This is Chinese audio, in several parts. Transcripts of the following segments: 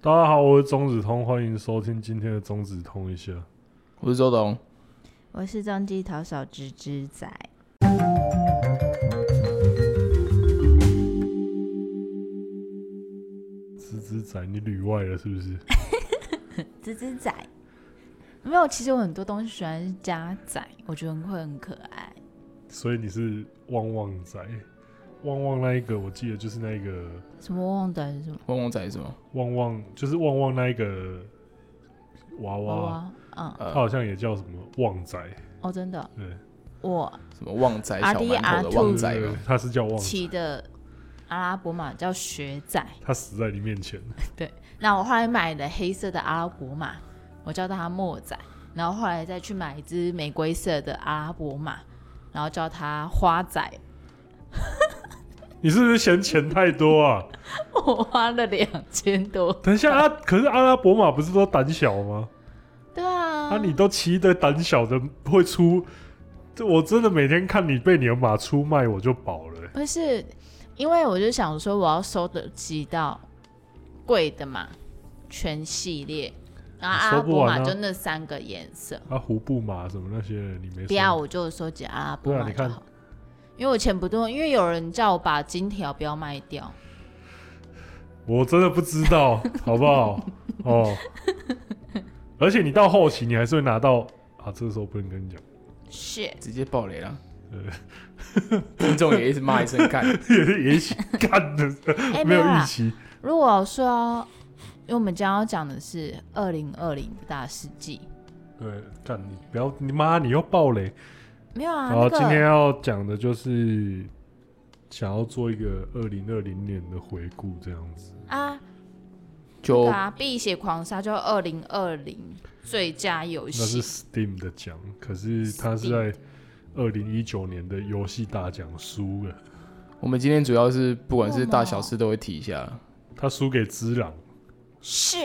大家好，我是中子通，欢迎收听今天的中子通一下。我是周董，我是中继投手芝芝仔。芝芝仔，你旅外了是不是？芝芝仔，没有，其实我很多东西喜欢加仔，我觉得会很可爱。所以你是旺旺仔，旺旺那一个，我记得就是那个什么旺旺仔是什么旺旺仔是吗？旺旺，就是旺旺那一个娃娃娃，娃？嗯，他呃，好像也叫什么旺仔，哦，真的，对，我什么旺仔小馒头 RDR 的旺兔仔对吗？他是叫旺仔，骑的阿拉伯马叫雪仔，他死在你面前，那我后来买了黑色的阿拉伯马，我叫它墨仔，然后后来再去买一只玫瑰色的阿拉伯马，然后叫它花仔。 你是不是嫌钱太多啊？我花了两千多，等一下啊，可是阿拉伯马不是都胆小吗？对啊，啊，你都骑的胆小的会出，这我真的每天看你被你的马出卖，我就饱了欸、不是，因为我就想说我要收的集到贵的嘛，全系列，然后阿收拉不伯完马啊就那三个颜色。啊，胡布马什么那些你没不收要，我就收集阿拉伯对啊马你就看好，因为我钱不多，因为有人叫我把金条不要卖掉。我真的不知 道，好不好？哦，而且你到后期你还是会拿到啊，这个时候不能跟你讲， 是，直接爆雷了。呃听众也一直骂一声 干，也是也一起干的，哎、没没有预啦。期。如果说，因为我们今天要讲的是二零二零的大事记，对，干你不要你妈，你又爆雷。没有啊，然后那今天个要讲的就是想要做一个二零二零年的回顾，这样子。啊，就对啊，《碧血狂杀》就二零二零最佳游那是戏， Steam 的奖，可是他是在二零一九年的游戏大奖输了，我们今天主要是不管是大小事都会提一下。他输给之狼。是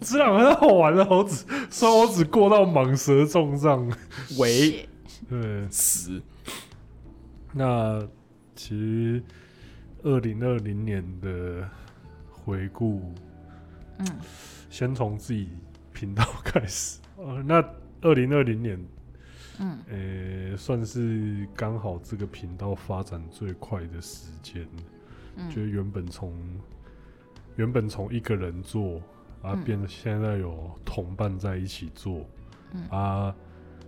之狼很好玩啊的猴子，双猴子过到蟒蛇重伤。喂，是对，死！嗯那其实二零二零年的回顾，嗯，先从自己频道开始。 呃，那二零二零年，嗯，呃，算是刚好这个频道发展最快的时间。就嗯，是原本从原本从一个人做啊，嗯变得现在有同伴在一起做，嗯啊，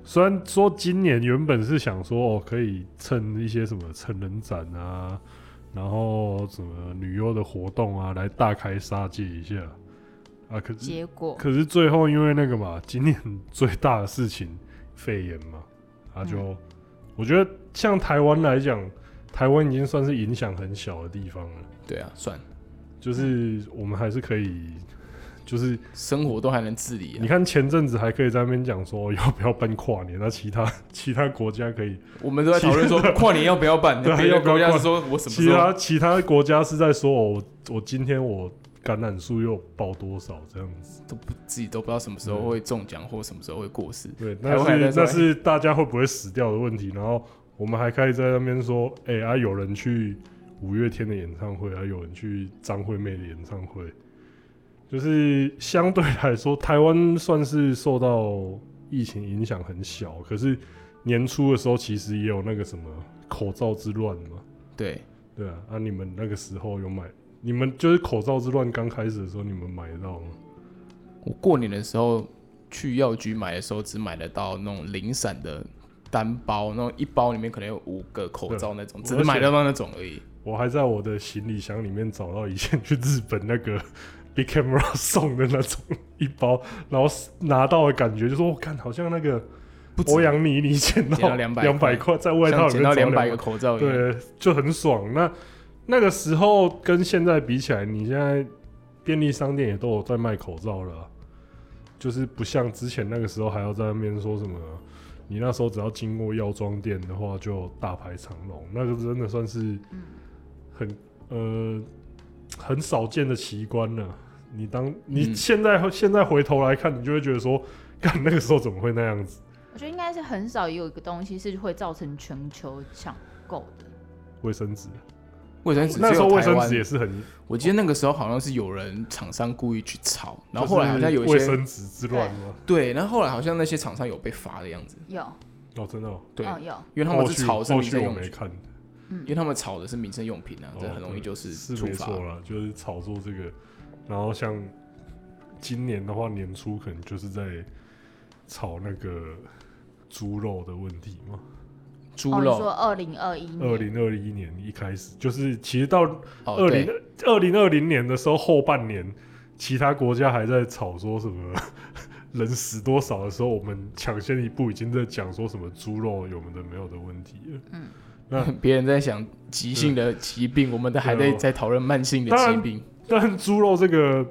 虽然说今年原本是想说哦，可以趁一些什么成人展啊，然后什么女优的活动啊，来大开杀戒一下啊，可是结果可是最后因为那个嘛，今年最大的事情肺炎嘛，啊就、嗯我觉得像台湾来讲，台湾已经算是影响很小的地方了，对啊，算就是嗯我们还是可以，就是生活都还能自理你啊。看前阵子还可以在那边讲说哦要不要办跨年，那其他其他国家可以，我们都在讨 论说跨年要不要办，对啊别的国要不要啊家是说我什么其时候他其他国家是在说哦我我今天我感染数又爆多少这样子，都不自己都不知道什么时候会中奖或什么时候会过世。对，台那湾还在是那说哎是大家会不会死掉的问题，然后我们还可以在那边说，哎、啊有人去五月天的演唱会，啊有人去张惠妹的演唱会，就是相对来说，台湾算是受到疫情影响很小，可是年初的时候其实也有那个什么口罩之乱嘛，对，对啊，啊你们那个时候有买？你们就是口罩之乱刚开始的时候，你们买得到吗？我过年的时候去药局买的时候，只买得到那种零散的单包，那种一包里面可能有五个口罩那种，对只是买得到那种而已。我还在我的行李箱里面找到以前去日本那个 Big Camera 送的那种一包，然后拿到的感觉就说，我看好像那个不止欧阳妮妮捡到捡到200两百块，在外套像里捡面到找两百个口罩一样。对，就很爽。那那个时候跟现在比起来，你现在便利商店也都有在卖口罩了啊、就是不像之前那个时候还要在那边说什么，你那时候只要经过药妆店的话就大排长龙，那个真的算是嗯很呃很少见的奇观了。你当你嗯现在、现在回头来看，你就会觉得说，干那个时候怎么会那样子？我觉得应该是很少有一个东西是会造成全球抢购的。卫生纸卫生纸那只时候有卫台生湾纸。也是很，我记得那个时候好像是有人厂商故意去炒，然就后是后来好像有一卫些生纸之乱吗？对，然后后来好像那些厂商有被罚的样子，有，哦，真的哦，对，哦有，因为他后们是续炒的是后民续生我用没品，看，因为他们炒的是民生用品啊，这哦很容易就是是处没罚。错啦，就是炒作这个。然后像今年的话，年初可能就是在炒那个猪肉的问题嘛。猪哦，你说肉，二零二一二年，零二一年一开始，就是其实到嗯哦二零对，二零二零年的时候后半年，其他国家还在吵说什么人死多少的时候，我们抢先一步已经在讲说什么猪肉有没有的没有的问题了。嗯那 别人在想急性的疾病，我们都还对在哦在讨论慢性的当疾然病。但猪肉这个，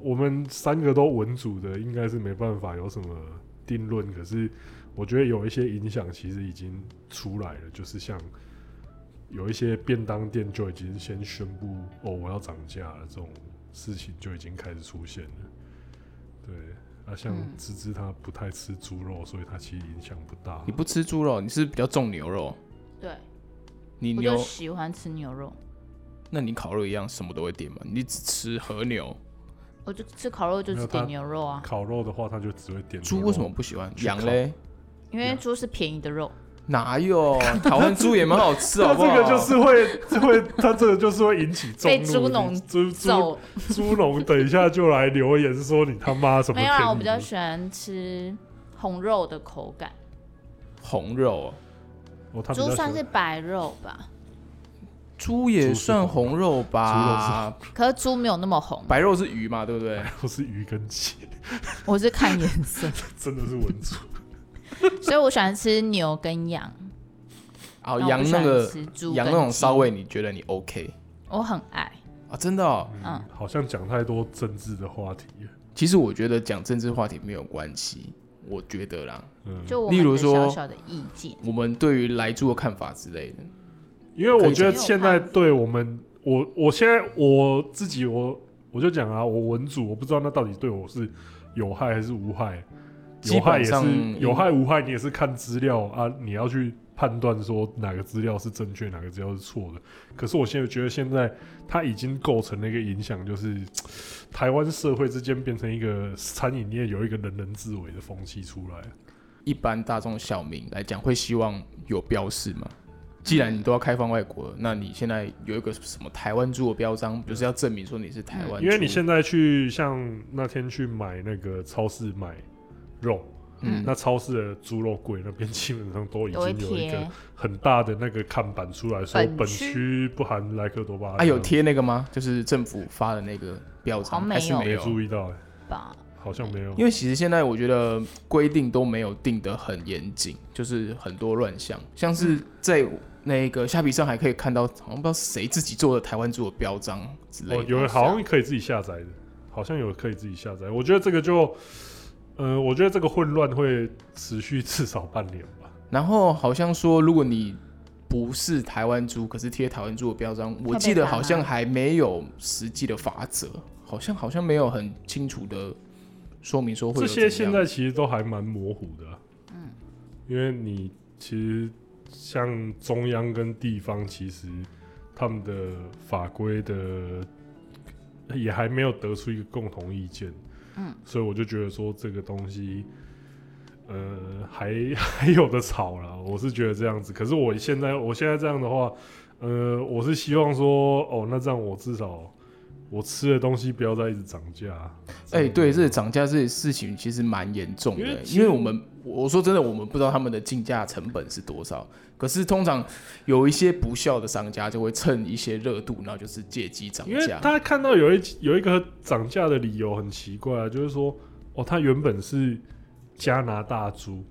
我们三个都文主的，应该是没办法有什么定论。可是我觉得有一些影响其实已经出来了，就是像有一些便当店就已经先宣布哦我要涨价了，这种事情就已经开始出现了。对，啊，像嗯芝芝她不太吃猪肉，所以她其实影响不大你。不吃猪肉，你是比较重牛肉，对，你我就牛，喜欢吃牛肉，那你烤肉一样什么都会点嘛？你只吃和牛，我就吃烤肉就没是有点它牛肉啊，烤肉的话，她就只会点猪牛为什肉么不喜欢？去羊烤嘞？因为猪是便宜的肉，哪哪有？台湾猪也蛮好 吃，他好不这好？个就是会会，他这个就是会引起 众被怒猪你农猪猪走 猪农，等一下就来留言说你他妈什么没便有宜？啦，我比较喜欢吃红肉的口感，红肉，哦，他比较猪喜算欢是白肉吧，猪也算红肉吧？可是猪没有那么红，白肉是鱼嘛，对不 对？ 都是鱼跟鸡，我是看颜 色，真的是文猪。所以我喜欢吃牛跟羊，啊，然后我羊不喜那欢个吃猪羊那跟种鸡骚味，你觉得你 OK 我很爱，啊？真的哦。嗯嗯，好像讲太多政治的话题了。其实我觉得讲政治话题没有关系，我觉得啦，嗯，就我例们如的说小小的意见，我们对于来猪的看法之类的，因为我觉得可以讲现在对我们，我我现在我自己我我就讲啊，我文主我不知道那到底对我是有害还是无害。有基害也本是上有害无害，你也是看资料啊，你要去判断说哪个资料是正确，哪个资料是错的。可是我现在觉得现在它已经构成了一个影响，就是嘖台湾社会之间变成一个餐饮业有一个人人自危的风气出来。一般大众小民来讲，会希望有标示嘛？既然你都要开放外国了，那你现在有一个什么台湾猪的标章，就是要证明说你是台湾嗯猪。因为你现在去像那天去买那个超市买肉，嗯那超市的猪肉柜那边 基本上都已有一经有一个贴很大的那个看板出来说本本区区不含莱克多巴胺。啊有贴那个吗？就是政府发的那个标好章，像还是没有没哦没有？注意到、欸，吧，好像没有。因为其实现在我觉得规定都没有定得很严谨，就是很多乱象，像是在那个虾皮上还可以看到，好像不知道谁自己做的台湾做的标章之类哦，的。有好像可以自己下载的，好像有可以自己下载。我觉得这个就，呃，我觉得这个混乱会持续至少半年吧。然后好像说，如果你不是台湾猪，可是贴台湾猪的标章，我记得好像还没有实际的法则，好像好像没有很清楚的说明说会这有些怎现样在其实都还蛮模糊的啊、因为你其实像中央跟地方，其实他们的法规的也还没有得出一个共同意见，嗯，所以我就觉得说这个东西，呃，还 还有的吵了，我是觉得这样子。可是我现在我现在这样的话，呃，我是希望说，哦，那这样我至少。我吃的东西不要再一直涨价。啊哎、对，这样这涨价这些事情其实蛮严重的，因因为为其实我们我说真的，我们不知道他们的进价成本是多少。可是通常有一些不孝的商家就会趁一些热度，然后就是借机涨因为价。他看到有一有一个涨价的理由很奇怪啊，就是说，哦，他原本是加拿大猪，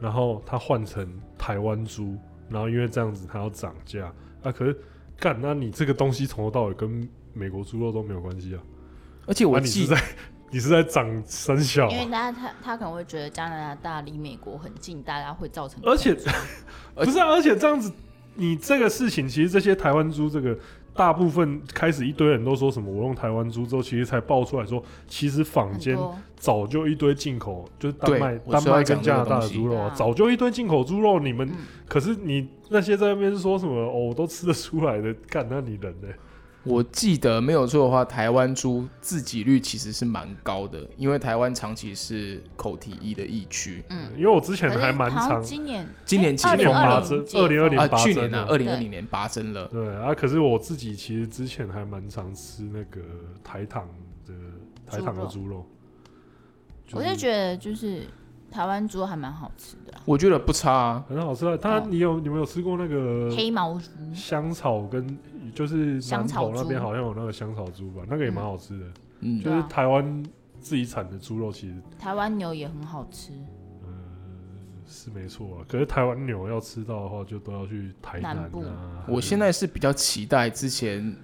然后他换成台湾猪，然后因为这样子他要涨价啊，可是干，那你这个东西从头到尾跟美国猪肉都没有关系啊，而且我啊、你是记在你是在涨三小、因为啊，大家他他可能会觉得加拿大离美国很近，大家会造成而且恐惧不是、啊，而且这样子，你这个事情其实这些台湾猪这个大部分开始一堆人都说什么我用台湾猪之后，其实才爆出来说，其实坊很间多早就一堆进口，就是丹对麦、我丹是要麦讲跟这加拿个大的东西猪肉啊对啊早就一堆进口猪肉。你们、嗯可是你那些在那边说什么哦，我都吃得出来的，干那你人呢、我记得没有错的话，台湾猪自给率其实是蛮高的，因为台湾长期是口蹄疫的疫区。嗯，因为我之前可是还蛮好像常今年今年解今年封拔了针，二二零二零零二零啊，拔去针年啊，了二零二零年拔针了。对啊，可是我自己其实之前还蛮常吃那个台糖的台糖的猪肉，我是就觉得就是台湾猪还蛮好吃的啊，我觉得不差啊，很好吃啊。它哦你有你们有吃过那个黑毛猪香草跟就是南香草投那边猪好像有那个香草猪吧，那个也蛮好吃的，嗯就对是啊台湾自己产的猪肉其实台湾牛也很好吃，是没错啊。可是台湾牛要吃到的话，就都要去台南南部啊。我现在是比较期待之前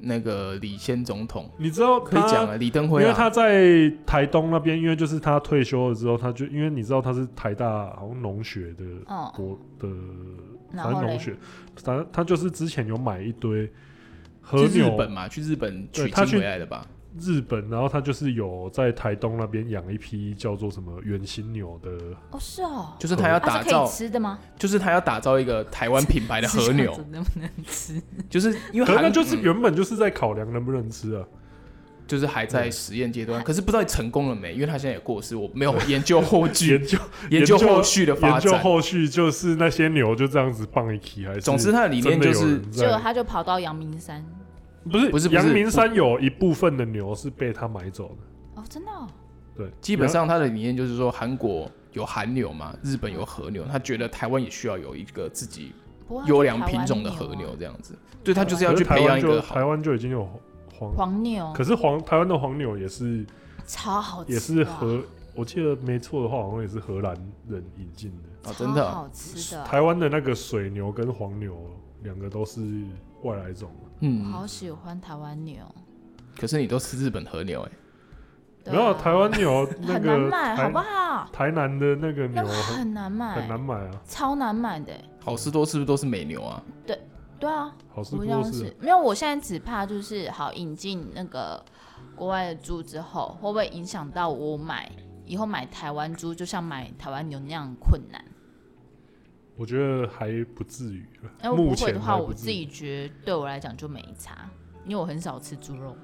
那个李先总统你知道可以他讲啊，李登因辉为啊，他在台东那边，因为就是他退休了之后，他就因为你知道他是台大好像农学的嗯，国的，反然正后农嘞，学，反正他就是之前有买一堆和去日牛本嘛，去日本对取他经去回来的吧？日本，然后他就是有在台东那边养一批叫做什么原心牛的，哦是哦，就是他要它打是可造以，吃的吗？就是他要打造一个台湾品牌的 啊和牛， 能不能吃？就是因为可是那韩就是嗯原本就是在考量能不能吃啊。就是还嗯在实验阶段，可是不知道成功了没，因为他现在也过世，我 没有研究后研续，究研究后续的研发究展。后续就是那些牛就这样子放一起，还是总之，他的理真念的就有是人结在果他就跑到阳明山，不是不是不是阳明山有一部分的牛是被他买走的。哦真的哦，对，基本上他的理念就是说，韩国有韩牛嘛，日本有和牛，他觉得台湾也需要有一个自己不过它是优良台湾品种的和牛牛啊，这样子。对他就是然要后可去是台培养湾一就个好台湾就已经有黄，黄牛可是黄台湾的黄牛也是超好吃的啊，也是荷，我记得没错的话，好像也是荷兰人引进的。哦，真的超哦，好吃的啊，台湾的那个水牛跟黄牛两个都是外来种，我嗯。好喜欢台湾牛，可是你都吃日本和牛哎，对然后啊台湾 牛那很难个买，好台不好？台南的那个牛那个很很难很买，难买啊，超难买的欸，好事多是不是都是美牛啊？对啊，好事不多像是是没有，我现在只怕就是好引进那个国外的猪之后，会不会影响到我买以后买台湾猪，就像买台湾牛那样困难？我觉得还不至于啊。那如果目不会前的话，还不我至自于己觉得对我来讲就没差，因为我很少吃猪 肉。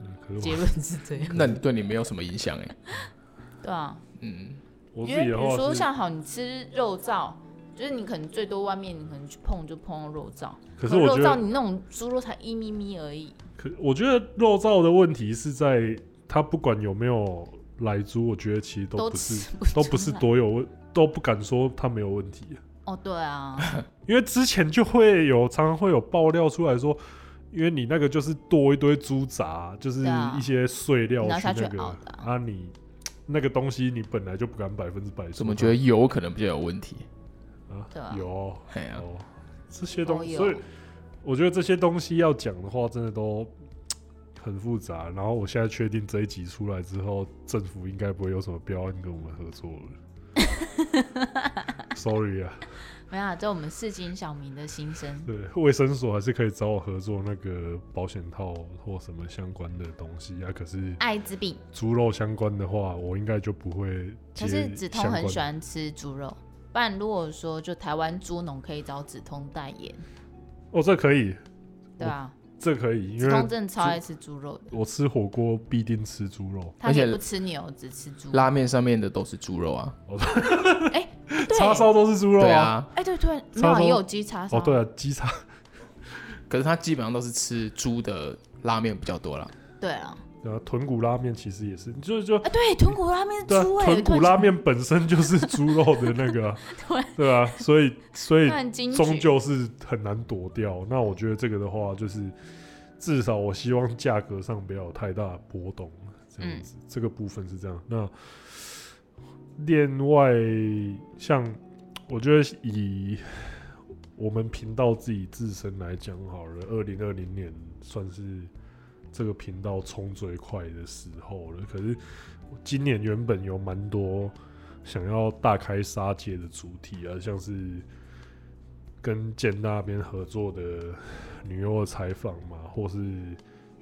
嗯可是结论是这样，那你对你没有什么影响哎。对啊，嗯，我我因自为己比的如说话是，像好，你吃肉燥，就是你可能最多外面你可能去碰就碰到肉燥，可是我哦肉觉燥得，你那种猪肉才一咪咪而已，可我觉得肉燥的问题是在它不管有没有来猪，我觉得其实都都不是吃不都不是出来多有问，都不敢说它没有问题啊、哦，对啊，因为之前就会有常常会有爆料出来说，因为你那个就是多一堆猪杂，就是对啊一些碎料拿下去那个熬的啊啊，你那个东西你本来就不敢百分之百说它，怎么觉得油可能比较有问题？对啊啊有哦哎呀，哦这些东西，都所有以我觉得这些东西要讲的话，真的都很复杂。然后我现在确定这一集出来之后，政府应该不会有什么标案跟我们合 作了。Sorry 啊，没有、啊，这我们市井小民的心声。对，卫生所还是可以找我合作那个保险套或什么相关的东西啊。可是艾滋病，猪肉相关的话，我应该就不会接可是止相痛关很的喜欢吃猪肉，不然如果说就台湾猪农可以找止痛代言，哦，这可以，对啊，这可以，因止为痛真的超爱吃猪肉的，我吃火锅必定吃猪肉，他也而且不吃牛，只吃猪。拉面上面的都是猪肉啊。对，叉烧都是猪肉对。啊，哎、对，突然叉烧没有啊也有鸡叉烧，哦，对啊，鸡叉可是他基本上都是吃猪的拉面比较多啦。对啊，呃豚骨拉面其实也是，就就啊对，豚骨拉面是对啊猪，哎、豚突骨然拉面本身就是猪肉的那个啊突然，对啊，所以所 以突然惊终觉，究是很难躲掉。那我觉得这个的话，就是至少我希望价格上不要有太大的波动，这样子、这个部分是这样。那另外，像我觉得以我们频道自己自身来讲好了，二零二零年算是这个频道冲最快的时候了。可是今年原本有蛮多想要大开杀戒的主题啊，像是跟建大那边合作的女优的采访嘛，或是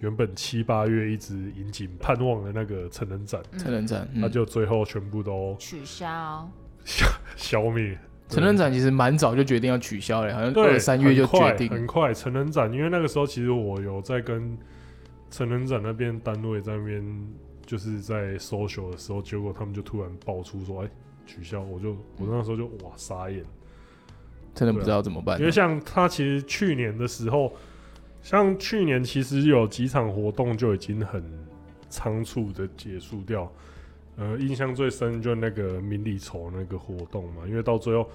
原本七八月一直引颈盼望的那个成人展，成人展，嗯那就最后全部都取消，消灭。成人展其实蛮早就决定要取消了，好像对啊二三月就很快决定。很快成人展，因为那个时候其实我有在跟成人展那边单位在那边就是在 social 的时候，结果他们就突然爆出说，哎、取消，我就我那时候就哇傻眼。真的不知道怎么办啊因。为像他其实去年的时候，像去年其实有几场活动就已经很仓促的结束掉。呃，印象最深就那个明理丑那个活动嘛，因为到最后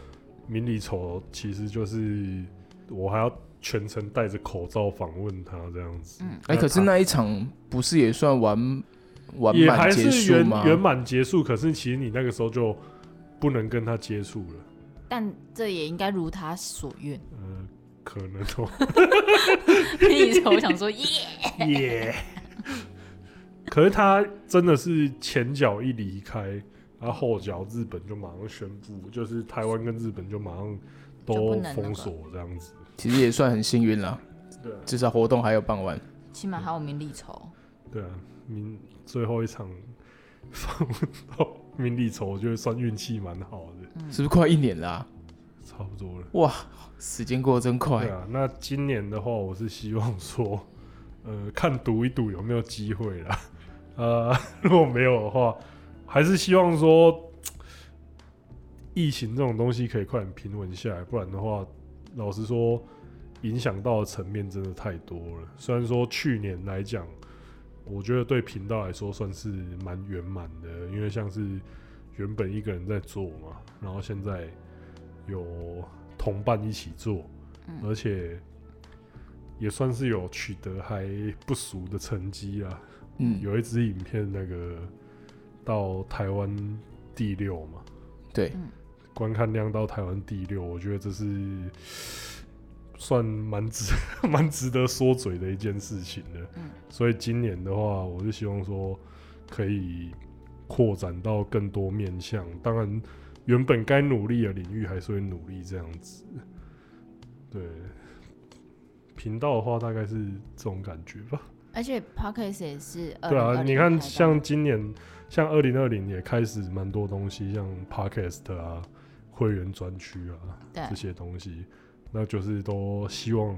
明理丑其实就是我还要全程戴着口罩访问他这样子，嗯，哎、可是那一场不是也算完完也满还结是束圆吗？圆满结束。可是其实你那个时候就不能跟他接触了，但这也应该如他所愿。呃，可能哦，你以为我想 说耶，耶。可是他真的是前脚一离开，然后后脚日本就马上宣布，就是台湾跟日本就马上就不都能那个封锁这样子。其实也算很幸运啦，对啊，至少活动还有办完。起码还有名利筹。对啊，明最后一场放到 明理筹，我觉得算运气蛮好的，嗯是不是快一年啦、差不多了。哇，时间过得真快对。啊，那今年的话，我是希望说，呃，看赌一赌有没有机会啦。 呃，如果没有的话，还是希望说，疫情这种东西可以快点平稳下来，不然的话，老实说，影响到的层面真的太多了。虽然说去年来讲，我觉得对频道来说算是蛮圆满的，因为像是原本一个人在做嘛，然后现在有同伴一起做，嗯而且也算是有取得还不俗的成绩啊。嗯，有一支影片那个到台湾第六嘛，对，观看量到台湾第六，我觉得这是算蛮值 蛮值得说嘴的一件事情的。嗯所以今年的话，我就希望说可以扩展到更多面向。当然，原本该努力的领域还是会努力这样子。对，频道的话大概是这种感觉吧。而且 Pockets 也是2020对啊，你看开的像今年，像二零二零也开始蛮多东西，像 Podcast 啊、会员专区啊对这些东西，那就是都希望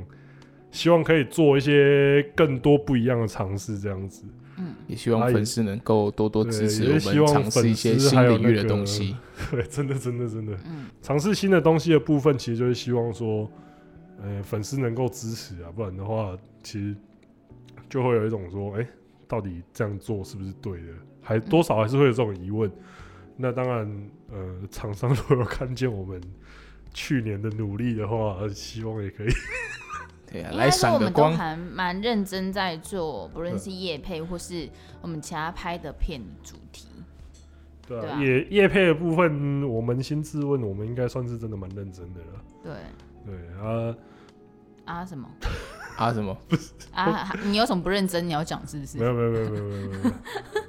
希望可以做一些更多不一样的尝试，这样子。 嗯也希望粉丝能够多多支持对也我是希望们尝试一些粉丝新还有领域那的个东西。对，真的真的真的，嗯尝试新的东西的部分，其实就是希望说，呃，粉丝能够支持啊，不然的话，其实就会有一种说，哎、到底这样做是不是对的？还多少还是会有这种疑问。那当然，呃，厂商如果有看见我们去年的努力的话，呃希望也可以。对啊，应来该说我闪个们都光。还蛮认真在做，不论对是夜配或是我们其他拍的片主题。对对啊，啊也业配的部分，我扪心自问，我们应该算是真的蛮认真的了。对对啊，啊什么啊什么？啊？你有什么不认真你要讲是哦不没是？有没有没有没有没有没有 没有，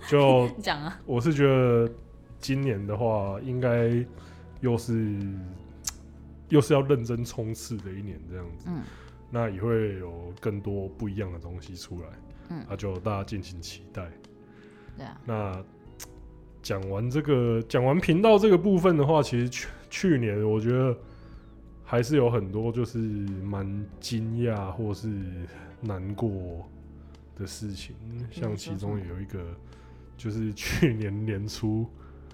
就讲啊，我是觉得今年的话，应该又是又是要认真冲刺的一年这样子，嗯那也会有更多不一样的东西出来，嗯那就大家敬请期待。对啊，那讲完这个，讲完频道这个部分的话，其实去去年我觉得还是有很多就是蛮惊讶或是难过的事情，像其中有一个就是去年年初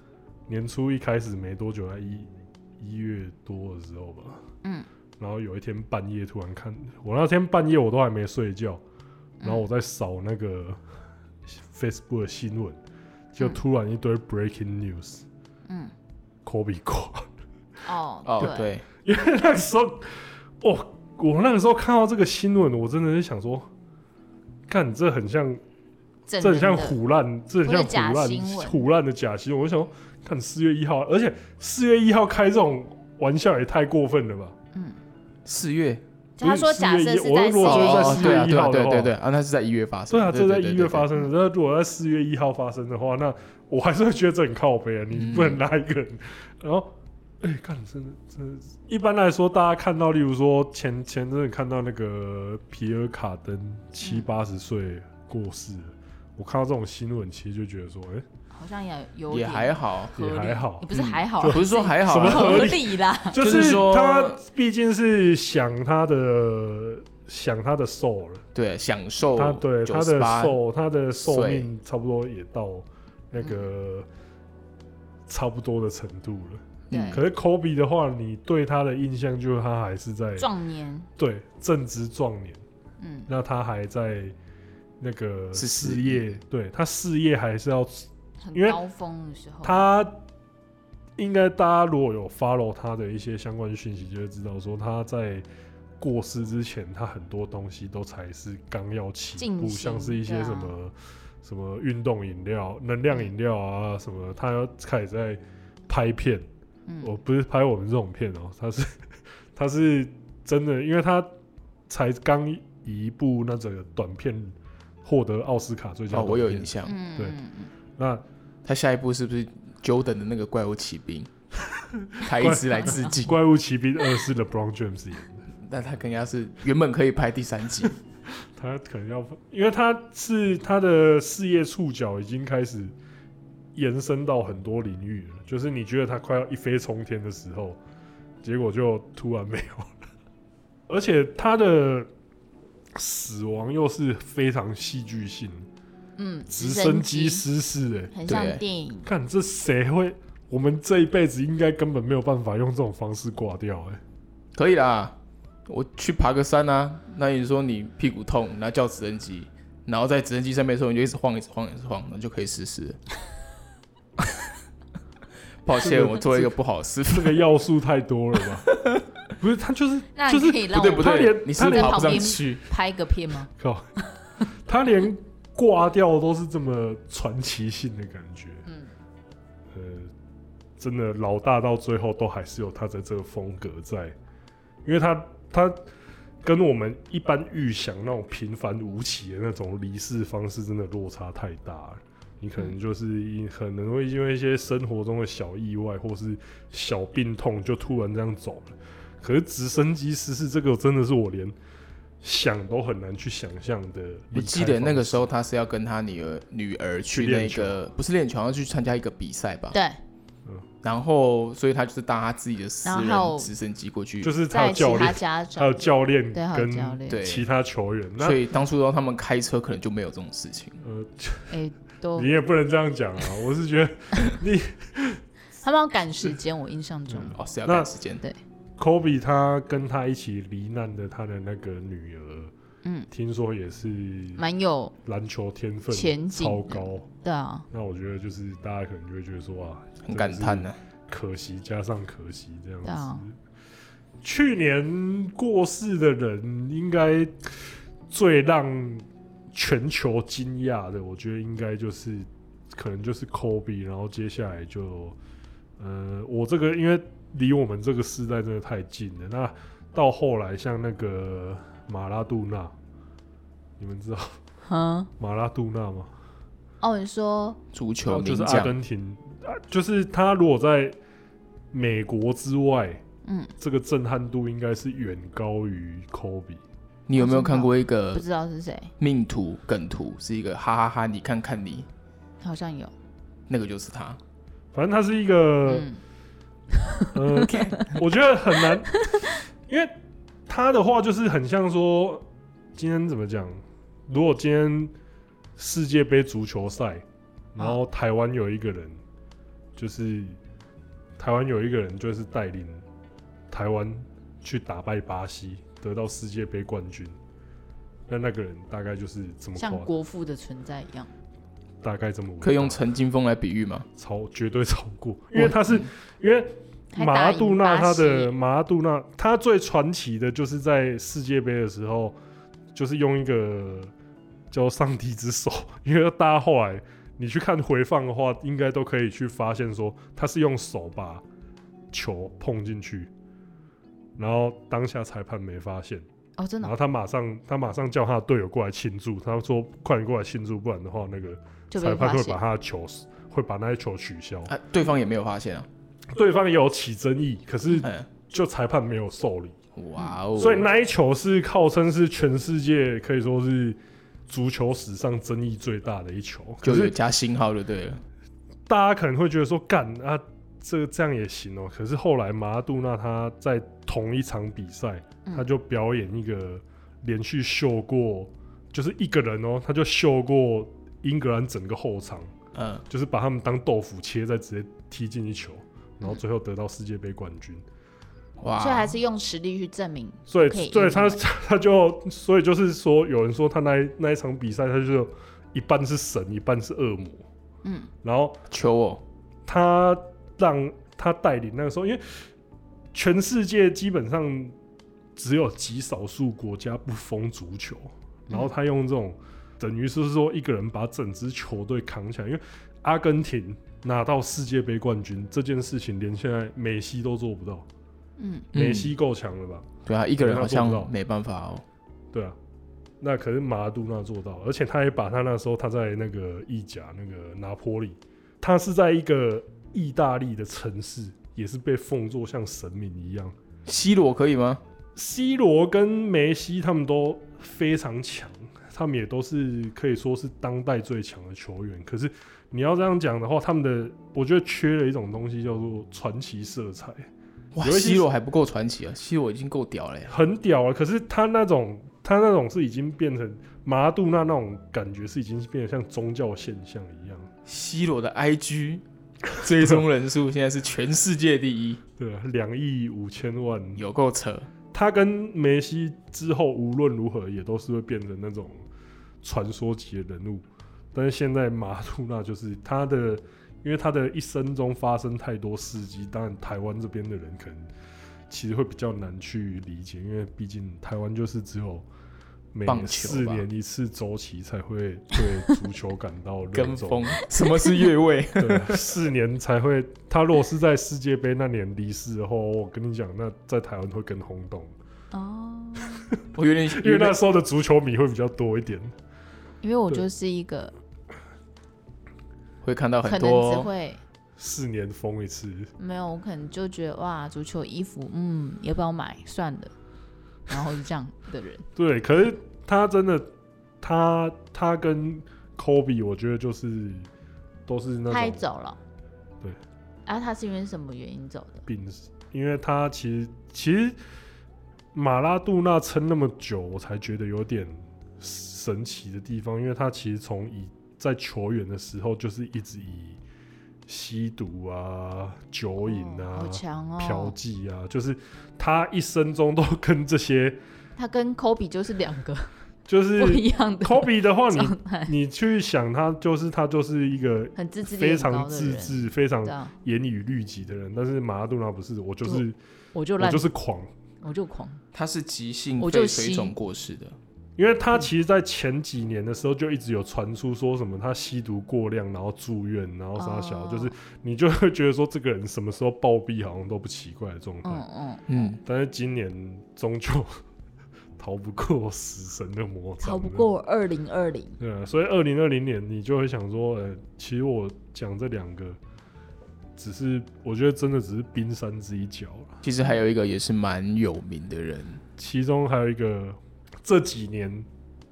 年初一开始没多久，在一一月多的时候吧，嗯，然后有一天半夜突然看，我那天半夜我都还没睡觉，嗯然后我在扫那个 Facebook 的新闻，就突然一堆 breaking news，嗯 Kobe 挂。哦哦，对，对，因为那个时候，哦，我那个时候看到这个新闻，我真的是想说，看这很像，这这很像虎烂，这很不是假像虎烂新闻虎烂的假新闻。我就想说，看四月一号，而且四月一号开这种玩笑也太过分了吧？嗯，四月就他说不是假设4月1是我在如果四说月在哦4对月啊， 1对啊，号的对话对对啊，那是在一月发生对的。啊，这在对一月发。对对对生的。那如果在四月一号发生的话，那我还是会觉得这很靠背啊！你嗯不能拉一个人，然后哎、看真的真的，一般来说，大家看到，例如说前前阵子看到那个皮尔卡登七嗯八十岁过世了，我看到这种新闻，其实就觉得说， 哎、好像也有也点还好，合也理还好也不是嗯还好，不是说还好什么啊，合理 啦，就就是是说他毕竟是想他的想他的寿了，对，享受他对他的98寿他的寿岁命差不多也到那个差不多的程度了。对可是科比的话，你对他的印象就是他还是在壮年，对正值壮年，嗯，那他还在那个是事事业，对他事业还是要很因为高峰的时候，他应该大家如果有 follow 他的一些相关讯息，就会知道说他在过世之前，他很多东西都才是刚要起步，进行像是一些对啊什么、什么运动饮料、能量饮料啊什么，他要开始在拍片。我嗯，不是拍我们这种片哦、他是 他是真的，因为他才刚一部那个短片获得奥斯卡最佳短哦，片。我有印象，嗯对嗯嗯那他下一步是不是 Jordan 的那个怪物骑 兵？他一直来致敬，《怪物骑兵二》是 LeBron James 演的。那他更加是原本可以拍第三季，他可能要，因为他是他的事业触角已经开始延伸到很多领域了，就是你觉得他快要一飞冲天的时候，结果就突然没有了，而且他的死亡又是非常戏剧性，嗯，直直升升机失事、欸，哎，很像对电影，看这谁会？我们这一辈子应该根本没有办法用这种方式挂掉、欸，哎，可以啦。我去爬个山啊，那你说你屁股痛，然后叫直升机，然后在直升机上面的时候，你就一直晃，一直晃，一直晃，然后就可以试试了。 抱歉，我做一个不好的示范。这个要素太多了吧？ 不是，他就是那就你是可以让不对不我他对连，你是不是他连爬不上旁边去。拍个片吗？靠，他连挂掉都是这么传奇性的感觉。嗯，呃，真的老大到最后都还是有他的这个风格在，因为他他跟我们一般预想那种平凡无奇的那种离世方式，真的落差太大了。你可嗯能就是因可能会因为一些生活中的小意外或是小病痛，就突然这样走了。可是直升机失事这个真的是我连想都很难去想象的。我记得那个时候他是要跟他女儿女儿去去练那个不是练球，要去参加一个比赛吧。对，然后，所以他就是搭他自己的私然人后直升机过去。就是他在的其教他练，家还有长，教练对，还有教跟练，对其他球员，那所以当初让他们开车，可能就没有这种事情。呃，哎，都你也不能这样讲啊！ 我是觉得他们要赶时间，我印象中，哦，是要嗯那赶时间。 Kobe 他跟他一起罹难的他的那个女儿，嗯，听说也是蛮有篮球天分前景超高。对啊，那我觉得就是大家可能就会觉得说啊，很感叹呢、可惜加上可惜这样对啊子。去年过世的人，应该最让全球惊讶的，我觉得应该就是可能就是 Kobe，然后接下来就呃，我这个因为离我们这个时代真的太近了，那到后来像那个马拉杜纳，你们知道嗯，马拉杜纳吗？哦，你说足 球名就是阿将，根廷，啊就是他如果在美国之外，嗯，这个震撼度应该是远高于 Kobe。你有没有看过一不个知道是谁，命图梗图？是一个哈哈哈，你看看你，好像有，那个就是他。反正他是一个，嗯，呃，我觉得很难，因为他的话就是很像说，今天怎么讲？如果今天世界杯足球赛，然后台湾有一个人，就是台湾有一个人就是带领台湾去打败巴西，得到世界杯冠军。那那个人大概就是这么像夸，国父的存在一样，大概这么可以用伟大陈金峰来比喻吗？嗯超绝对超过，因为他嗯是因为还马拉打杜赢纳巴他西的马拉杜纳，他最传奇的就是在世界杯的时候，就是用一个叫上帝之手， 因为大家后来你去看回放的话，应该都可以去发现说他是用手把球碰进去，然后当下裁判没发现。哦，真的然哦后他马上他马上叫他的队友过来庆祝，他说快点过来庆祝，不然的话那个就被裁判发会现把，他的球会把那些球取消。啊，对方也没有发现啊。对方有起争议，可是嗯，就裁判没有受理，哇哦，所以那一球是号称是全世界可以说是足球史上争议最大的一球，可就有是加星号就对了，大家可能会觉得说干啊，这这样也行哦、可是后来马拉杜纳他在同一场比赛，嗯他就表演一个连续秀过，就是一个人哦、他就秀过英格兰整个后场，嗯，就是把他们当豆腐切，再直接踢进一球，然后最后得到世界杯冠军。哇，所以还是用实力去证明。所以可以赢对他回来他就所以就是说，有人说他那一那一场比赛，他就一半是神，一半是恶魔，嗯，然后球哦，他让他带领那个时候，因为全世界基本上只有极少数国家不封足球，然后他用这种等于是说一个人把整支球队扛起来，因为阿根廷拿到世界杯冠军这件事情，连现在梅西都做不到，嗯，梅西够强了吧？对啊，一个人好那做不到像没办法哦，对啊。那可是马拉杜纳做到，而且他也把他那时候他在那个意甲那个拿坡里，他是在一个意大利的城市，也是被奉作像神明一样。 C 罗可以吗？ C 罗跟梅西他们都非常强，他们也都是可以说是当代最强的球员。可是你要这样讲的话，他们的我觉得缺了一种东西叫做传奇色彩，哇有一些，C 罗还不够传奇啊，C 罗已经够屌了耶，很屌啊。可是他那种他那种是已经变成马拉杜纳那种感觉，是已经变得像宗教现象一样。 ，C 罗的 IG 追踪人数现在是全世界第一，对啊，两亿五千万，有够扯，他跟梅西之后无论如何也都是会变成那种传说级的人物，但是现在马杜纳就是他的，因为他的一生中发生太多事迹，当然台湾这边的人可能其实会比较难去理解，因为毕竟台湾就是只有每棒球吧四年一次周期才会对足球感到热 跟衷风，，什么是越位？对，四年才会。他如果是在世界杯那年离世的话，我跟你讲，那在台湾会更轰动，哦， 我 有 点，因为有点那时候的足球迷会比较多一点。因为我对就是一个会看到可很能只多会四年封一次，没有，我可能就觉得哇，足球衣服，嗯，要不要买？算了，然后就这样的人。对。可是他真的，他他跟 Kobe，我觉得就是都是那他也种走了。对。啊，他是因为什么原因走的？病，因为他其实其实马拉杜纳撑那么久，我才觉得有点神奇的地方，因为他其实从以在球员的时候就是一直以吸毒啊、酒瘾哦啊好、强嫖哦！妓啊，就是他一生中都跟这些，他跟 Kobe 就是两个就不是一样的 Kobe 的话，你状态，你去想他，就是他就是一个很自制力非很常高的自人，制、非常这样严以律己的人，但是马拉杜纳不是，我就是我就我烂就，是狂。我就狂。他是急性我就肺水吸肿过世的，因为嗯他其实，在前几年的时候就一直有传出说什么他吸毒过量，然后住院，然后啥小，哦就是你就会觉得说这个人什么时候暴毙好像都不奇怪的状态。嗯嗯，嗯，但是今年终究 逃不过死神的魔掌，逃不过二零二零。对啊，所以二零二零年你就会想说，呃，其实我讲这两个，只是我觉得真的只是冰山之一角了。其实还有一个也是蛮有名的人，其中还有一个这几年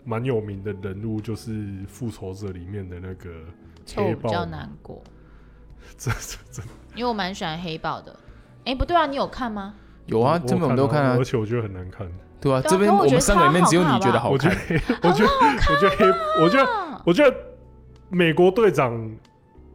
蛮有名的人物，就是《复仇者》里面的那个这我黑比豹较嘛难过，这这这因为我蛮喜欢黑豹的。哎，不对啊，你有看吗？有啊，这我边我看们都啊看啊而，且我觉得很难看。对啊，对啊这边可我觉得们三个里面只有超你好看觉得好好我觉看得，，我觉得，我觉得黑，我觉得，啊，我觉得美国队长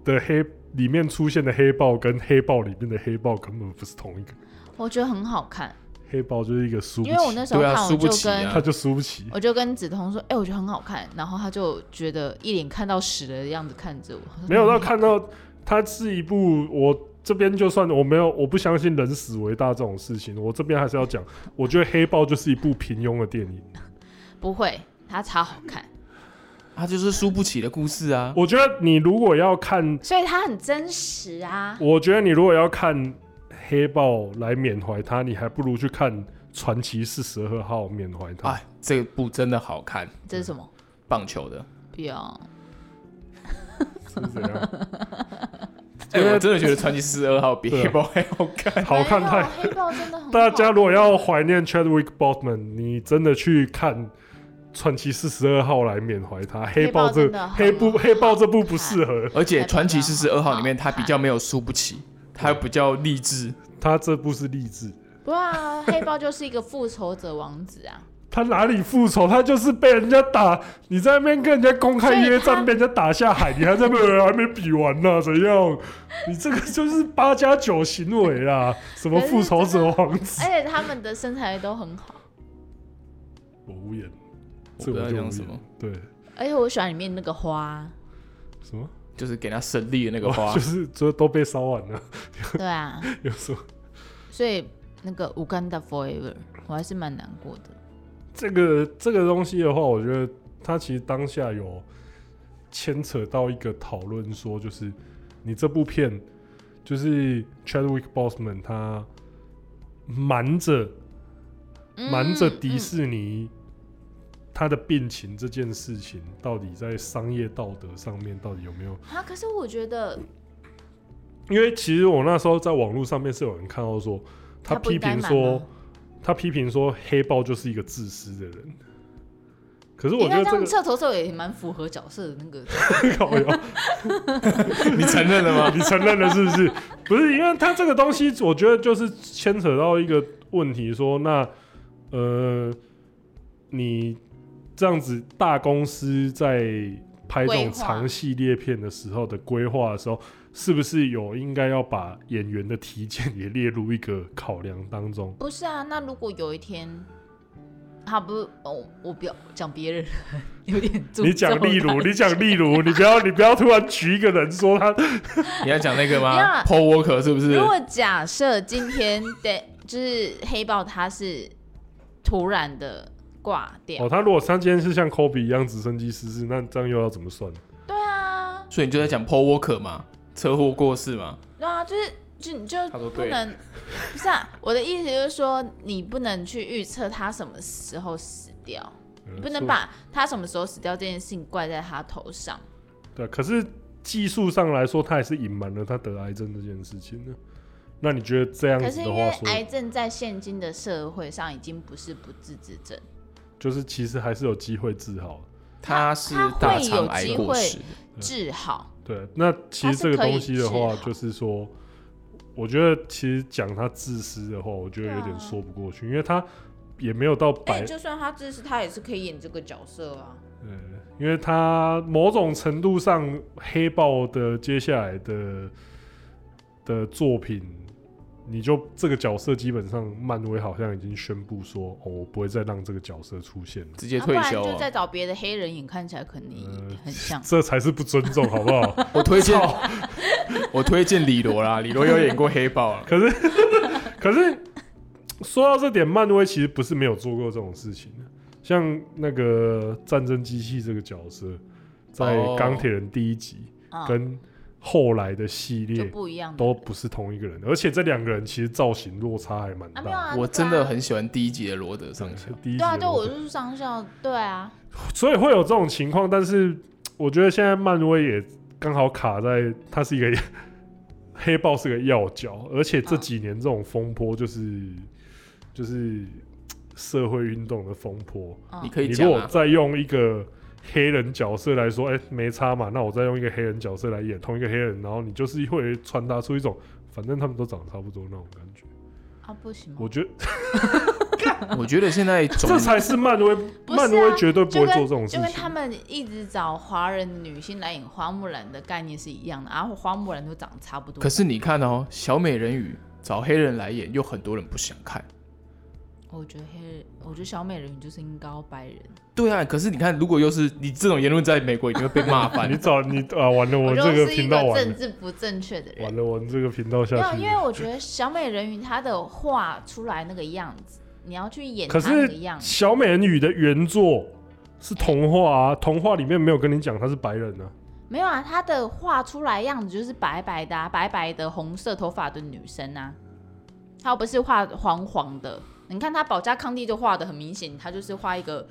的黑里面出现的黑豹跟黑豹里面的黑豹根本不是同一个。我觉得很好看，黑豹就是一个输不因起，为我那哦时候对啊看，我输不就起啊跟他就输不起。我就跟梓潼说，哎、我觉得很好看，然后他就觉得一脸看到屎的样子看着我，没有到看到它是一部我这边就算我没有我不相信人死为大这种事情，我这边还是要讲，我觉得《黑豹》就是一部平庸的电影。不会，他超好看，他就是输不起的故事嗯啊，我觉得你如果要看，所以他很真实啊。我觉得你如果要看《黑豹》来缅怀它，你还不如去看《传奇四十二号》缅怀啊它。哎，这部真的好看，这是什么？棒球的，不要， 是怎样？哎、我真的觉得传奇四十二号 比对啊黑豹还好看。好看没有太黑豹真的很好大家如果要怀念 Chadwick Boseman，你真的去看《传奇四十二号》来缅怀他。黑豹这黑豹真的很黑部好看黑豹这部不适合，而且还比较传奇四十二号里面，好他看比较没有输不起，他比较励志。他这部是励志。不啊，黑豹就是一个复仇者王子 啊，他哪里复仇？他就是被人家打，你在那边跟人家公开约所以战，他被人家打下海，你还在那边哎还没比完呢、怎 样？你这个就是八加九行为啦，什么复仇者王子？而且他们的身材都很好，我无言，我这不知我道就无讲言什么，。对，而且我喜欢里面那个花，什么？就是给他胜利的那个花 就。是这都被烧完了，对啊，有什么？所以那个《Uganda Forever》我还是蛮难过的。这个这个东西的话，我觉得它其实当下有牵扯到一个讨论，说就是你这部片就是 Chadwick Boseman 他瞒着嗯瞒着迪士尼他的病情这件事情，到底在商业道德上面到底有没有？嗯啊，可是我觉得因为其实我那时候在网络上面是有人看到说，他不批应该评瞒说啊，他批评说黑豹就是一个自私的人。可是我你觉得看这这样个彻头彻尾也蛮符合角色的那个， 搞笑， 你承认了 吗？啊你承认了是不是？ 不是，因为他这个东西，我觉得就是牵扯到一个问题说那呃，你这样子大公司在拍这规划种长系列片的时候的规划的时候，是不是有应该要把演员的体检也列入一个考量当中？不是啊？那如果有一天，他不哦，我不要讲别人，有点诅咒你讲例 如，他你讲例如，你不要你不要突然举一个人说他你要讲那个没有啊吗？Paul Walker 是不是如？果假设今天对，就是黑豹他是突然的挂掉，哦，他如果他今天是像 Kobe 一样直升机失事，那这样又要怎么算？对啊，所以你就在讲 Paul Walker 嘛，车祸过世嘛。对啊，就是就你就他说不对能，不是啊，我的意思就是说，你不能去预测他什么时候死掉，嗯你不能把他什么时候死掉这件事情怪在他头上。对，啊可是技术上来说，他也是隐瞒了他得癌症这件事情呢。那你觉得这样可子是因的为话说，癌症在现今的社会上已经不是不治之症，就是其实还是有机会治好的？他是他会大肠有癌机过会世的，治好对，啊那其实这个东西的话它是可以治，好就是说，我觉得其实讲他自私的话，我觉得有对啊点说不过去，因为他也没有到哎、百，就算他自私，他也是可以演这个角色啊。呃，因为他某种程度上，黑豹的接下来的的作品，你就这个角色基本上，漫威好像已经宣布说，哦，我不会再让这个角色出现了。直接啊不退然休就啊再！找别的黑人演，看起来肯定呃嗯很 像。这才是不尊重，好不好？ 我推荐， 我推荐李罗啦，李罗有演过黑豹 啊。可是，可是说到这点，漫威其实不是没有做过这种事情的。像那个战争机器这个角色，在哦钢铁人第一集、啊，跟后来的系就列不一样的都不是同一个人，而且这两个人其实造型落差还蛮大啊，没的。有啊，我那个真啊的很喜欢第一集的罗德上校，第一集对啊，的对，我落差就是上校，对啊，所以会有这种情况，但是我觉得现在漫威也刚好卡在，它是一个 黑豹是个要角，而且这几年这种风波就是、就是社会运动的风波。嗯你可以你讲如果啊。再用一个黑人角色来说，哎、没差嘛，那我再用一个黑人角色来演同一个黑人，然后你就是会传达出一种反正他们都长得差不多那种感觉。啊，不行吗我觉得我觉得现 在总这才是漫威，不是啊漫威绝对不就会跟做这种事就跟情他。们一直找华人女星来演花木兰的概念是一样的，然后花木兰都长得差不多。可是你看哦，小美人鱼找黑人来演，又很多人不想看。我觉得黑人，我觉得小美人鱼就是应该要白人，对啊，可是你看，如果又是你这种言论在美国，一定会被骂你翻。找你啊，完了，我们就这个是一频个道完了政。治不正确的人完。了，我们这个频道没下有，去因为我觉得小美人鱼她的画出来那个样子，你要去演她可那是个样子。小美人鱼的原作是童话啊，童话里面没有跟你讲她是白人啊。没有啊，她的画出来样子就是白白的、啊，白白的红色头发的女生啊，她又不是画黄黄的。你看她保加康帝就画的很明显，她就是画一个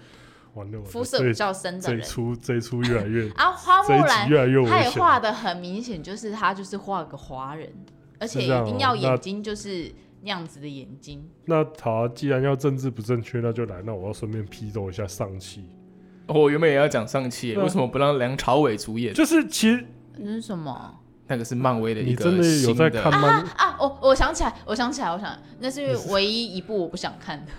完了，我肤色这 比较深的这一人。出这一出越来越啊，花这一木兰集越来越危他也险。画的很明显，就是他就是画个华人，而且是一这样定哦要那眼睛就是那样子的眼睛。那好、啊，既然要政治不正确，那就来，那我要顺便批斗一下上 汽， 哦我原本也要讲上汽耶，对啊为什么不让梁朝伟主演？就是其实那是什么那个是漫威的一你个真的有新在的看啊漫，啊！我我想起来，我想起来，我想那是因为唯一一部我不想看的。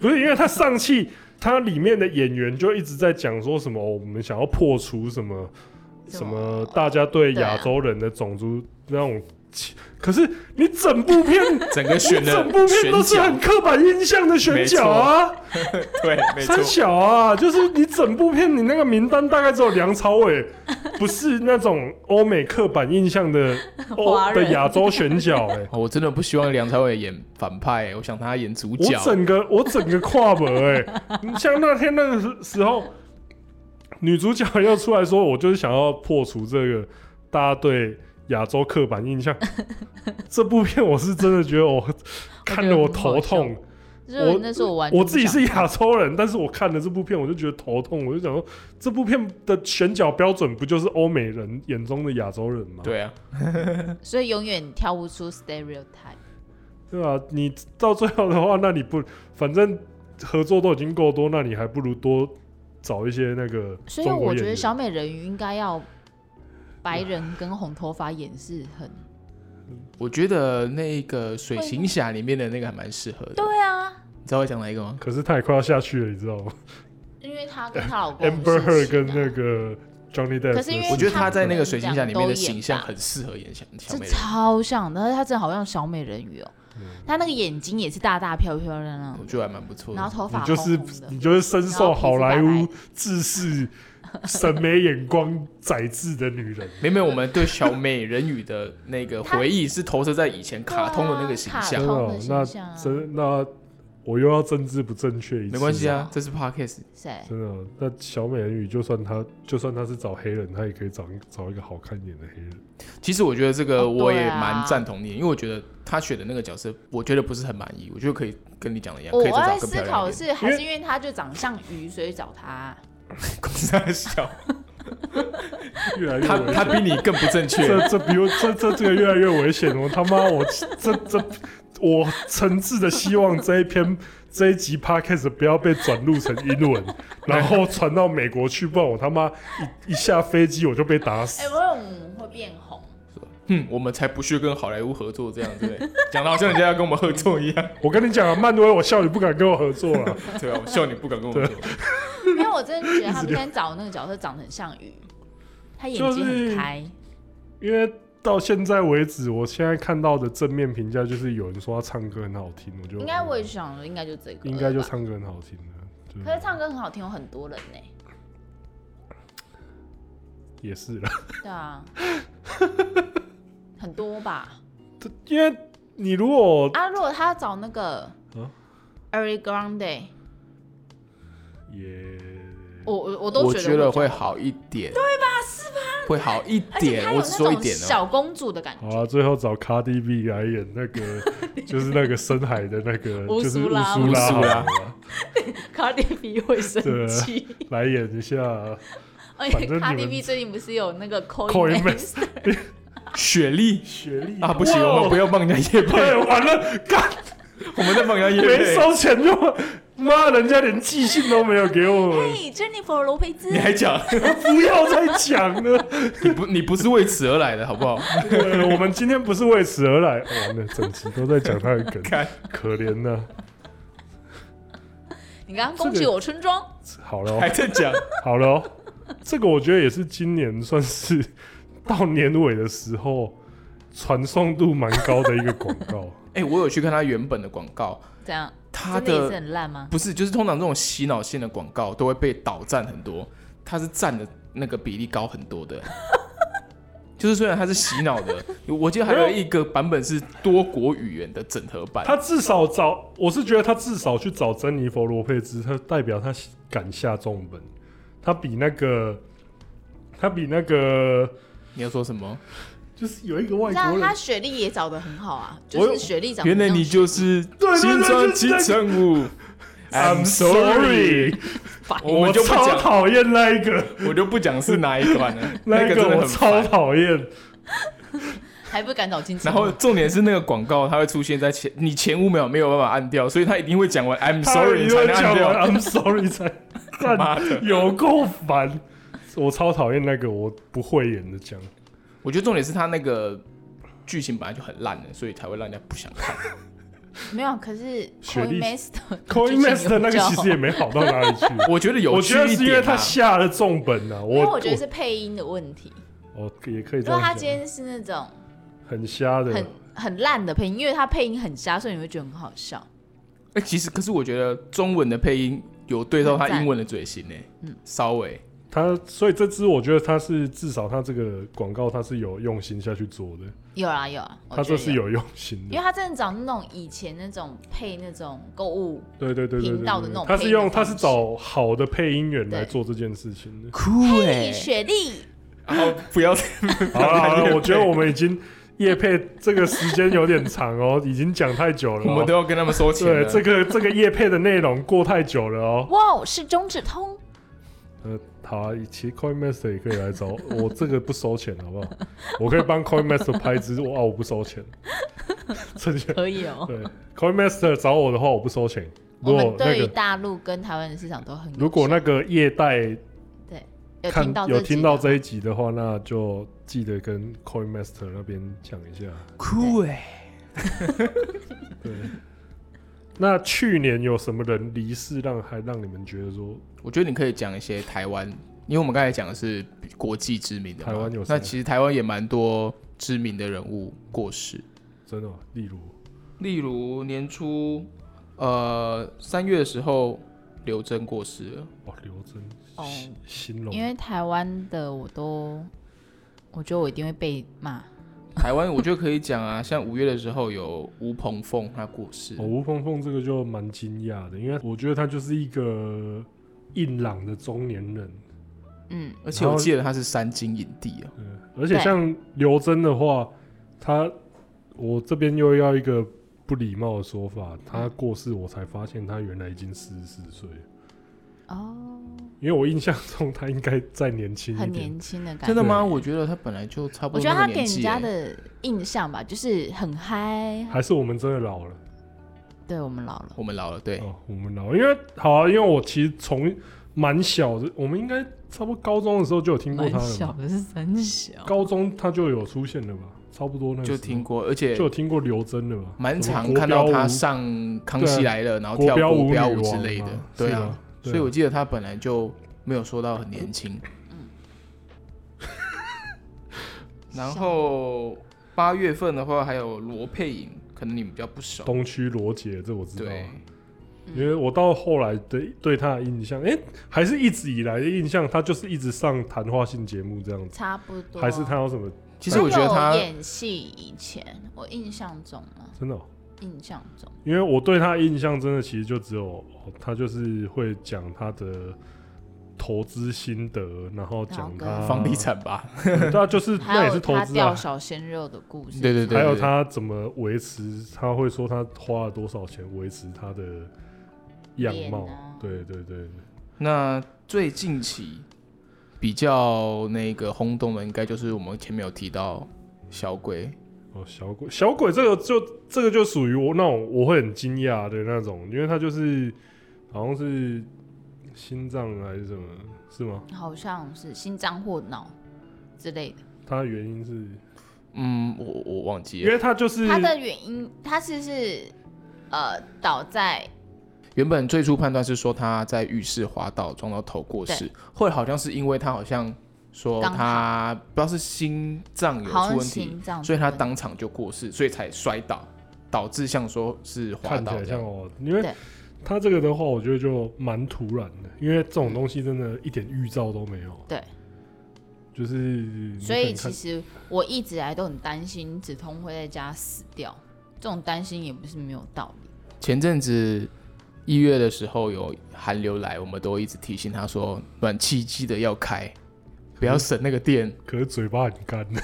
不是因为他上汽，他里面的演员就一直在讲说什么，哦我们想要破除什么什什么啊么大家对对啊亚洲人的种族那种歧，可是你整部 片。整个选你的 整部片选都是 角很，刻板印象的选角啊，对，没错三，小啊，就是你整部片你那个名单大概只有梁朝 伟，不是那种欧美刻板印象的欧华人的亚洲选角、欸，哦我真的不希望梁朝伟演反派，我想他演主我角。整个我整个跨博哎、你 像那天那个时时候，女主角要出来说，我就是想要破除这个大家对亚洲刻板印 象。这部片我是真的觉得我 看得我头痛，就是我那时候我完全我不自己想是看亚洲人，但是我看了这部片我就觉得头痛，我就想说这部片的选角标准不就是欧美人眼中的亚洲人吗？对啊，所以永远挑不出 stereotype。对啊，你到最后的话，那你不反正合作都已经够多，那你还不如多找一些那个所中以我国觉得演小员。美人鱼应该要白人跟红头发演是很我觉得那个水行侠里面的那个还蛮适合的。对啊，你知道我讲哪一个吗？可是他也快要下去了，你知道吗因为她跟她老哦公 的？Amber Heard 事情跟啊那个 Johnny Depp，可是因为我觉得他他在们那个水行侠里面两个的都演形象吧很适合演小小这美人。超像的，而且她真的好像小美人鱼哦、嗯她那个眼睛也是大大漂漂亮亮我，觉得还蛮不错然后的。头你发就红是红的你。就是深受好莱然后皮坞肤制式审美眼光宰制的女人。没有没有，我们对小美人鱼的那个回忆是投射在以前卡通的那个形对象啊。 真的哦的形那象啊真那我又要政治不正确一次，没关系。啊，这是 podcast。谁？真的哦，那小美人鱼就算她就算她是找黑人，她也可以找一找一个好看一点的黑人。其实我觉得这个哦我也对啊蛮赞同你的，因为我觉得他选的那个角色，我觉得不是很满意。我觉得可以跟你讲的一样，我可以哦我再在找更思漂亮考一的点。是，还是因为她就长像鱼，所以找她。公司笑，越来越 他危他险。比你更不正 确。这这比我这这这个越来越危险哦！我他妈我这这我诚挚的希望这一篇这一集 podcast 不要被转录成英文，然后传到美国去，不然我他妈一一下飞机我就被打死哎、。我有母会变红，哼，我们才不屑跟好莱坞合作这样，对不对？讲的好像人家要跟我们合作一 样，我跟你讲啊，漫威我笑你不敢跟我合作了。对啊，我笑你不敢跟我们合作。因为我真的 觉得他们今天找的那个角色长得很像鱼，他眼睛就是很开，因为到现在为止，我现在看到的正面评价就是有人说他唱歌很好听，我就应该我也想的应该就这个，应该就。唱歌很好听的，就可是唱歌很好听，有很多人呢、也是 啦。对啊，很多吧。因为你如果啊，如果他找那个嗯啊 Ari Grande，也我我我都我觉觉得我会好一点，对吧？是吧？会好一而且点他，有我只那说一种点哦。小公主的感好觉。啊，最后找卡迪 B 来演那 个，就是那个深海的那个，就乌是苏乌拉苏拉乌苏好了拉啦，卡迪比会生啊对气，来演一下。而反且正你哎卡迪们比最近不是有那个 Coin Coin Master 雪莉学历啊，不行，我们不要。要帮人家夜配， 对，完了，干我们在帮人家夜没配。收钱就妈，人家连寄信都没有给我们， 嘿，Jennifer 罗培兹你，还讲，不要再讲了。 你不你不是为此而来的好不好？对，我们今天不是为此而来，完了，整集都在讲他的梗， 看，可怜呐、你刚刚这恭个喜我春装，好了哦、还在讲，好了哦、这个我觉得也是今年算是到年尾的时候传送度蛮高的一个广告。哎，我有去看他原本的广告，这样他真的也是的很烂吗？不是就是通常这种洗脑性的广告都会被倒占很多，他是占的那个比例高很多的。 就是虽然它是洗脑的，我记得还有一个版本是多国语言的整合版。他至少找，我是觉得他至少去找珍妮佛罗佩兹，他代表他敢下重本，他比那个，他比那个，你要说什么？就是有一个外这样国人他，雪莉也找的很好啊，我就有是雪莉长得原来像你就是对对对新装就是金那个城武。 I'm sorry，我们我就不超讲，讨厌那一个，我就不讲是哪一款了， 那个一真的我很超烦。讨厌。还不敢找经纪然人，后重点是那个广告，它会出现在前你前五秒没有办法按掉，所以它一定会讲完 I'm 他 sorry 你因才为能按讲掉。完 I'm sorry 才 干，妈的！ 有够烦。我超讨厌那个我不会演的讲，我觉得重点是它那个剧情本来就很烂的，所以才会让人家不想看。没有，啊可是雪 Coin 莉 Master Coin Master 那个其实也也，没没好到哪里 去。我觉得有我趣觉得一是因为点他啊。下了重本啊，因为我我觉得是配音的问题，我哦也可以这如果样他讲，今天是那种很瞎的很。很烂的配音，因为他配音很瞎，所以你会觉得很好笑。哎、其实可是我觉得中文的配音有对到它很赞英文的嘴型呢、嗯稍微。他所以这支我觉得他是至少他这个广告他是有用心下去做的，有啊有啊，我他觉这得是有，有用心因为的。他真的找那种以前那种配那种购物，对对对对对频道的那种对他配是音用的他方是式找好的配音员来对做这件事情 的。酷哎、嘿，雪莉，然后不要好了好 了，我觉得我们已经夜配这个时间有点长哦，已经讲太久了哦、我们都要跟他们收钱了。对这 个这个夜配的内容过太久了哦。哇，是中指通，呃，好啊，其实 Coin Master 也可以来 找我，我这个不收钱，好不好？我可以帮 Coin Master 拍一支，哇，我不收 钱，这些可以哦。对 Coin Master 找我的话，我不收钱。我如果们那对于个大陆跟台湾的市场都很友善，如果那个业代有看听到有这集听到的这一集的话，那就记得跟 Coin Master 那边讲一下。酷欸哎、对，那去年有什么人离世让还让你们觉得说我觉得你可以讲一些台湾，因为我们刚才讲的是国际知名的嘛，台湾有谁那其实台湾也蛮多知名的人物过世，真的哦？例如例如年初，呃，三月的时候，刘真过世了。哦，刘真、哦新新龙，因为台湾的我都，我觉得我一定会被骂。台湾我觉得可以讲啊，像五月的时候有吴鹏凤她过世哦，，吴鹏凤这个就蛮惊讶的，因为我觉得他就是一个硬朗的中年人，嗯，而且我记得她是三金影帝哦、嗯，而且对像刘真的话，他我这边又要一个不礼貌的说法，他过世我才发现他原来已经四十四岁了，哦，因为我印象中他应该再年轻一很点，年轻的感觉。真的吗？我觉得她本来就差不我多觉那个得他给年人纪、家欸。的印象吧，就是很嗨。还是我们真的老了。对我们老了，我们老了，对，哦，我们老，因为好啊，因为我其实从蛮小的，我们应该差不多高中的时候就有听过他了吧，的是很小。高中他就有出现了吧，差不多那个时哦就候听过，而且就有听过刘真了吧，蛮什么常国看到标她舞上《康熙来了》，然后国跳标国舞标女舞之王类的嘛，对是啊，对所以我记得她本来就没有说到很年轻。然后八月份的话，还有罗佩影，可能你们比较不熟。东区罗杰这我知道啊，对，因为我到后来的对他的印象，哎、还是一直以来的印象，他就是一直上谈话性节目这样子，差不啊多。还是他有什么其实我觉得她有演戏以前，我印象中啊，真的哦、印象中因为我对他的印象真的其实就只有、哦他就是会讲他的投资心得，然后讲然后他跟房地，产吧，对他就是还那也有是投他资钓啊，小鲜肉的故事。对对对还有他怎么维持，他会说他花了多少钱维持他的样貌脸啊，对对对对，那最近期比较那个轰动的，应该就是我们前面有提到小鬼，哦，小鬼，小鬼这个就这个就属于我那种我会很惊讶的那种，因为他就是好像是心脏还是什么，是吗？好像是心脏或脑之类的。他的原因是，嗯，我我我忘记因了，为他就是他的原因，他是是呃倒在原本最初判断是说他在浴室滑倒撞到头过世，后来好像是因为他好像说刚好他不知道是心脏有好出像问题，心脏所出问题，以他当场就过世，所以才摔倒，导致像说是滑看起倒来这像样。哦，因为对他这个的话，我觉得就蛮突然的，因为这种东西真的一点预兆都没有。对，就是你所可以能看其实我一直以来都很担心子通会在家死掉，这种担心也不是没有道理。前阵子一月的时候有寒流来，我们都一直提醒他说暖气记得要开，不要省那个电。可是嘴巴很干的。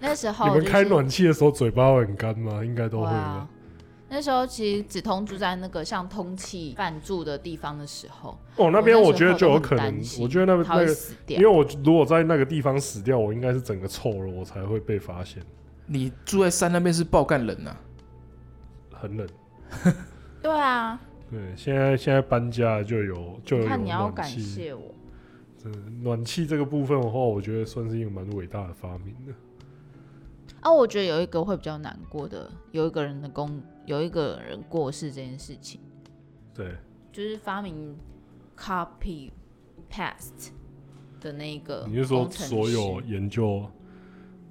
那时候、你就是、们开暖气的时候嘴巴会很干吗？应该都对会吧啊。那那时候其实只同住在那个像通气饭住的地方的时候，哦，那边我我那时觉得候就有很可担能，心我觉得那边它那会个死因掉为。我如果在那个地方死掉，我应该是整个臭了，我才会被发现。你住在山那边是爆干啊人呐、很冷，对啊，对，现在现在搬家就有就有看你要暖感气，谢我，真的暖气这个部分的话，我觉得算是一个蛮伟大的发明的。啊，我觉得有一个会比较难过的，有一个人的公，有一个人过世这件事情，对，就是发明 copy past 的那个你是说呃工程所有师 研究，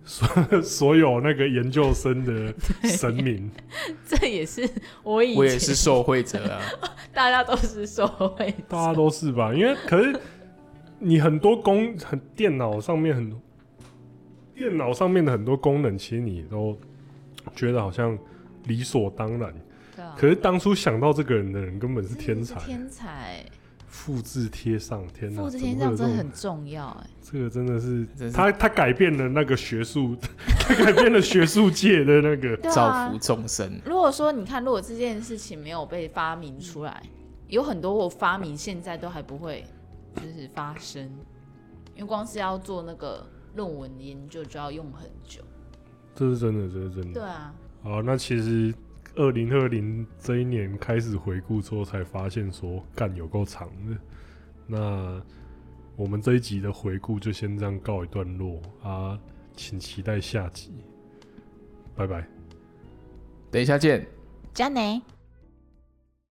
所 所有那个研究生的神明，这也是我以前我也是受惠者啊。大家都是受贿者， 大家都是吧？因为可是你很多功，很电脑上面很多电脑上面的很多功能，其实你都觉得好像理所当然。对啊可是当初想到这个人的人，根本是天才，天才，复制贴上，天哪！复制天怎么会有降真的这种很重要哎、这个真的是真是他，他改变了那个学术， 他改变了学术界的那个。 对造啊福，众生。如果说你看，如果这件事情没有被发明出来，有很多我发明现在都还不会就是发生，因为光是要做那个论文研究就要用很久。这是真的，这是真对的。啊，好，那其实二零二零这一年开始回顾之后，才发现说干有够长的。那我们这一集的回顾就先这样告一段落啊，请期待下集，拜拜。等一下见。加内。